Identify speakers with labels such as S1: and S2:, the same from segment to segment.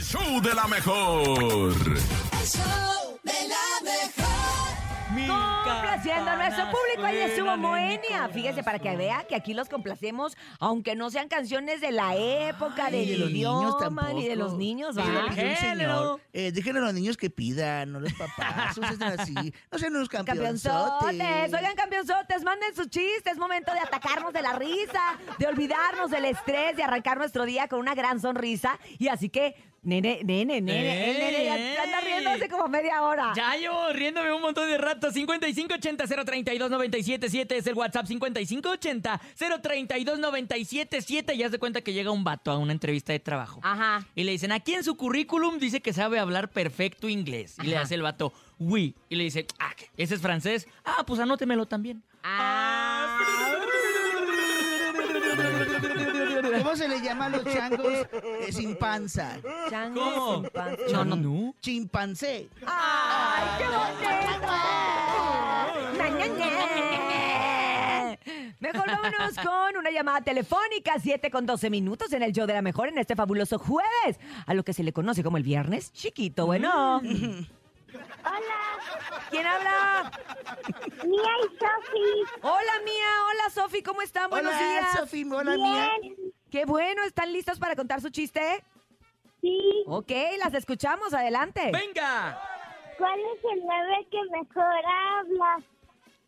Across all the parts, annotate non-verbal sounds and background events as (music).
S1: show de la mejor.
S2: El show de la mejor.
S3: Complaciendo a nuestro público, ahí estuvo
S4: suena,
S3: Moenia.
S4: nena,
S3: Fíjese para que
S4: corazón.
S3: vea que aquí los complacemos, aunque no sean canciones de la época,
S4: Ay,
S3: de del
S4: niños
S3: idioma, ni de
S4: tampoco.
S3: los niños,
S4: Ni
S3: ¿va?
S4: del
S3: Campeoncito.
S4: género. Eh, déjenle a los niños que pidan, no los
S3: (laughs)
S4: papás. No sean así. No sean unos campeonzotes.
S3: Campeonzotes, oigan campeonzotes, manden sus chistes, es momento de atacarnos de la risa, de olvidarnos del estrés, de arrancar nuestro día con una gran sonrisa. Y así que, nene, nene, nene, el nene ya- ya anda
S4: Ey.
S3: riendo hace como media hora.
S4: Ya llevo riéndome un montón de rato. 5580-032-977 es el WhatsApp. 5580-032-977. Ya se cuenta que llega un vato a una entrevista de trabajo.
S3: Ajá.
S4: Y le dicen, aquí en su currículum dice que sabe hablar perfecto inglés. Y le
S3: Ajá.
S4: hace el vato, oui. Y le dice, ah, ¿qué? ese es francés. Ah, pues anótemelo también.
S3: Ah,
S5: ¿Cómo se le llama a los changos eh, sin panza?
S3: Changos
S4: ¿Cómo?
S3: sin pan-
S4: No, no, no.
S5: Chimpancé.
S3: ¡Ay, qué bonito! Na, na, na. Mejor vámonos con una llamada telefónica, 7 con 12 minutos en el show de la mejor en este fabuloso jueves, a lo que se le conoce como el viernes chiquito, bueno.
S5: Mm.
S6: Hola,
S3: ¿Quién habla?
S6: Mía y Sofi.
S3: Hola, Mía, hola, Sofi, ¿cómo están? Buenos
S5: hola,
S3: días.
S5: Sofi, hola, mía.
S6: Bien,
S3: Qué bueno, ¿están listos para contar su chiste?
S6: sí.
S3: Ok, las escuchamos, adelante.
S4: ¡Venga!
S6: ¿Cuál es el ave que mejor habla?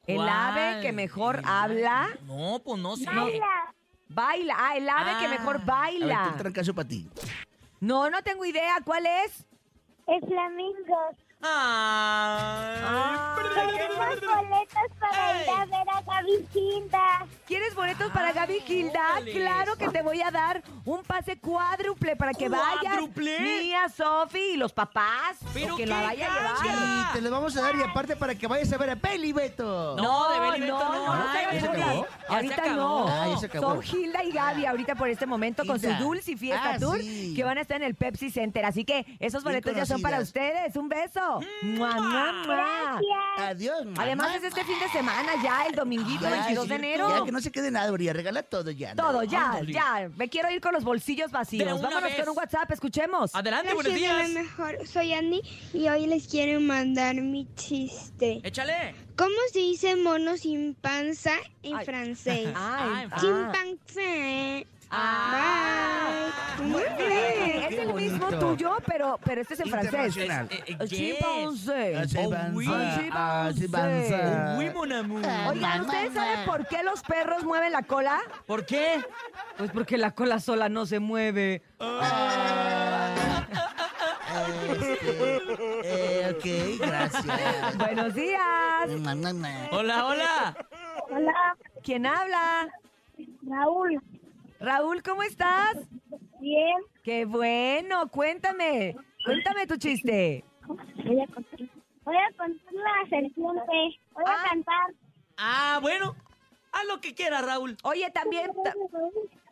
S3: El ave
S4: ¿Cuál?
S3: que mejor
S4: El ave.
S3: habla,
S4: No, pues no sé.
S6: Habla.
S3: baila. Ah, el ave que
S4: Ah.
S3: mejor
S5: A ver, tú, un
S3: baila.
S5: trancazo para ti.
S3: No, no tengo idea. ¿Cuál es?
S6: El flamingo.
S4: Ah.
S6: Tenemos boletos para ir a ver a Gaby Cinda.
S3: ¿Quieres boletos para Gaby Gilda?
S4: órale.
S3: Claro que te voy a dar un pase cuádruple para que vayas.
S4: ¿Cuádruple?
S3: Mía, Sofi y los papás.
S4: Pero
S3: o que la
S4: qué
S3: vaya a
S4: gacha.
S3: llevar.
S5: Y te lo vamos a dar y aparte para que vayas a ver a Peli, Beto.
S4: No, de Belén Beto no,
S3: no
S4: ay,
S3: te
S4: ¿ya
S5: se
S3: hagas
S5: acabó?
S3: bolas.
S4: Ya se
S3: Ahorita
S4: acabó.
S3: no.
S5: Ah, ya se acabó.
S3: Son Gilda y Gaby ahorita por este momento con su
S5: Gilda.
S3: Dulce y Fiesta
S5: Ah,
S3: Tour
S5: sí.
S3: que van a estar en el Pepsi Center. Así que esos
S5: Bien
S3: boletos ya son para
S5: conocidas.
S3: ustedes. Un beso. Mua, mua,
S4: Ah.
S3: mua.
S6: Gracias.
S5: Adiós, mamá.
S3: Además es este fin de semana ya, el dominguito,
S5: Ah, Ya,
S3: 22
S5: sí,
S3: de enero.
S5: Ya que no se quede nada, Uri, regala todo ya. anda.
S3: Todo, ya,
S4: Ándale.
S3: ya. Me quiero ir con los bolsillos
S4: De
S3: vacíos.
S4: una
S3: Vámonos
S4: vez. Ah,
S3: con un WhatsApp, escuchemos.
S4: Adelante, buenos
S7: Gracias, a
S4: días.
S7: lo mejor. Soy Andy y hoy les quiero mandar mi chiste.
S4: Échale.
S7: ¿Cómo se dice mono sin panza en
S3: Ay.
S7: francés?
S3: Ay,
S4: (laughs) Ah,
S7: Chimpancé.
S3: Ah.
S7: Bye.
S3: Muy bien. Es
S5: Qué
S3: el mismo
S5: bonito.
S3: tuyo, pero, pero este es en francés.
S5: Internacional.
S4: Eh, eh, yes.
S3: Chimpancé.
S5: Así
S4: Oh,
S5: avanza,
S4: oui.
S5: así avanza.
S4: Oui, mon amour.
S5: Ah.
S3: Oigan, ¿ustedes saben por qué los perros mueven la cola?
S4: ¿Por qué?
S3: Pues porque la cola sola no se mueve.
S5: Este, eh, ok,
S3: (laughs)
S5: gracias.
S3: Buenos días.
S5: Na, na, na.
S4: Hola, hola.
S6: Hola,
S3: ¿Quién habla?
S6: Raúl.
S3: Raúl, ¿cómo estás?
S6: Bien.
S3: Qué bueno, cuéntame. Cuéntame tu chiste.
S6: Voy a contar. Voy a contar la serpiente. Voy a
S3: Ah.
S6: cantar.
S4: Ah, bueno. Haz lo que quieras, Raúl.
S3: Oye, también, ta-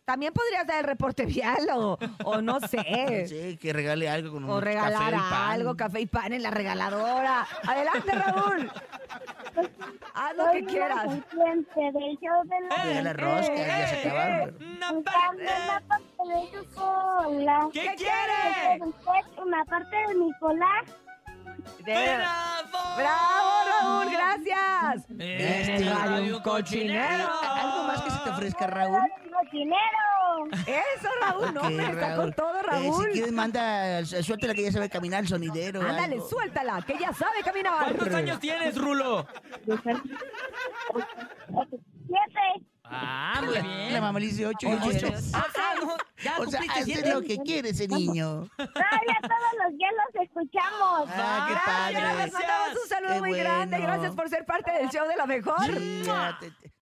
S3: también podrías dar el reporte vial o, o no sé.
S5: Sí, que regale algo con un
S3: O regalar
S5: café y pan.
S3: algo, café y pan en la regaladora. Adelante, Raúl. Haz lo
S6: Soy
S3: que
S6: una
S3: quieras.
S6: serpiente del show de la
S5: Ya la rosca, ya se
S4: eh,
S5: acabaron.
S4: Una
S6: Dame una
S4: parte.
S6: parte de tu cola.
S4: ¿Qué
S3: ¿Qué
S4: quiere?
S6: ¿Quiere usted una parte de mi cola?
S3: De-
S4: ¡Bravo!
S3: Bravo, Raúl, gracias.
S4: Este radio cochinero.
S5: ¿Algo más que se te ofrezca, Raúl?
S6: Tengo
S3: (laughs)
S6: dinero.
S3: Eso, Raúl, no,
S5: Ok,
S3: hombre, está
S5: Raúl.
S3: con todo,
S5: Eh,
S3: Raúl.
S5: si quieres, manda, eh, suéltala que ya sabe caminar el sonidero.
S3: Ándale,
S5: algo.
S3: suéltala, que ya sabe caminar.
S4: ¿Cuántos años tienes, Rulo?
S6: Siete.
S4: Ah, muy
S5: La
S4: bien.
S5: mamá le dice ocho. y
S4: Ocho.
S5: ocho.
S4: Ah, ah, no, Ya
S5: O sea,
S4: cumpliste
S5: hace
S4: siete.
S5: lo que quiere ese niño.
S6: Todavía todos los días los escuchamos.
S5: Ah, qué
S3: Gracias,
S5: padre.
S3: les mandamos un saludo
S5: Qué
S3: muy grande.
S5: bueno.
S3: Gracias por ser parte del show de la mejor.
S5: Sí, ya te- te-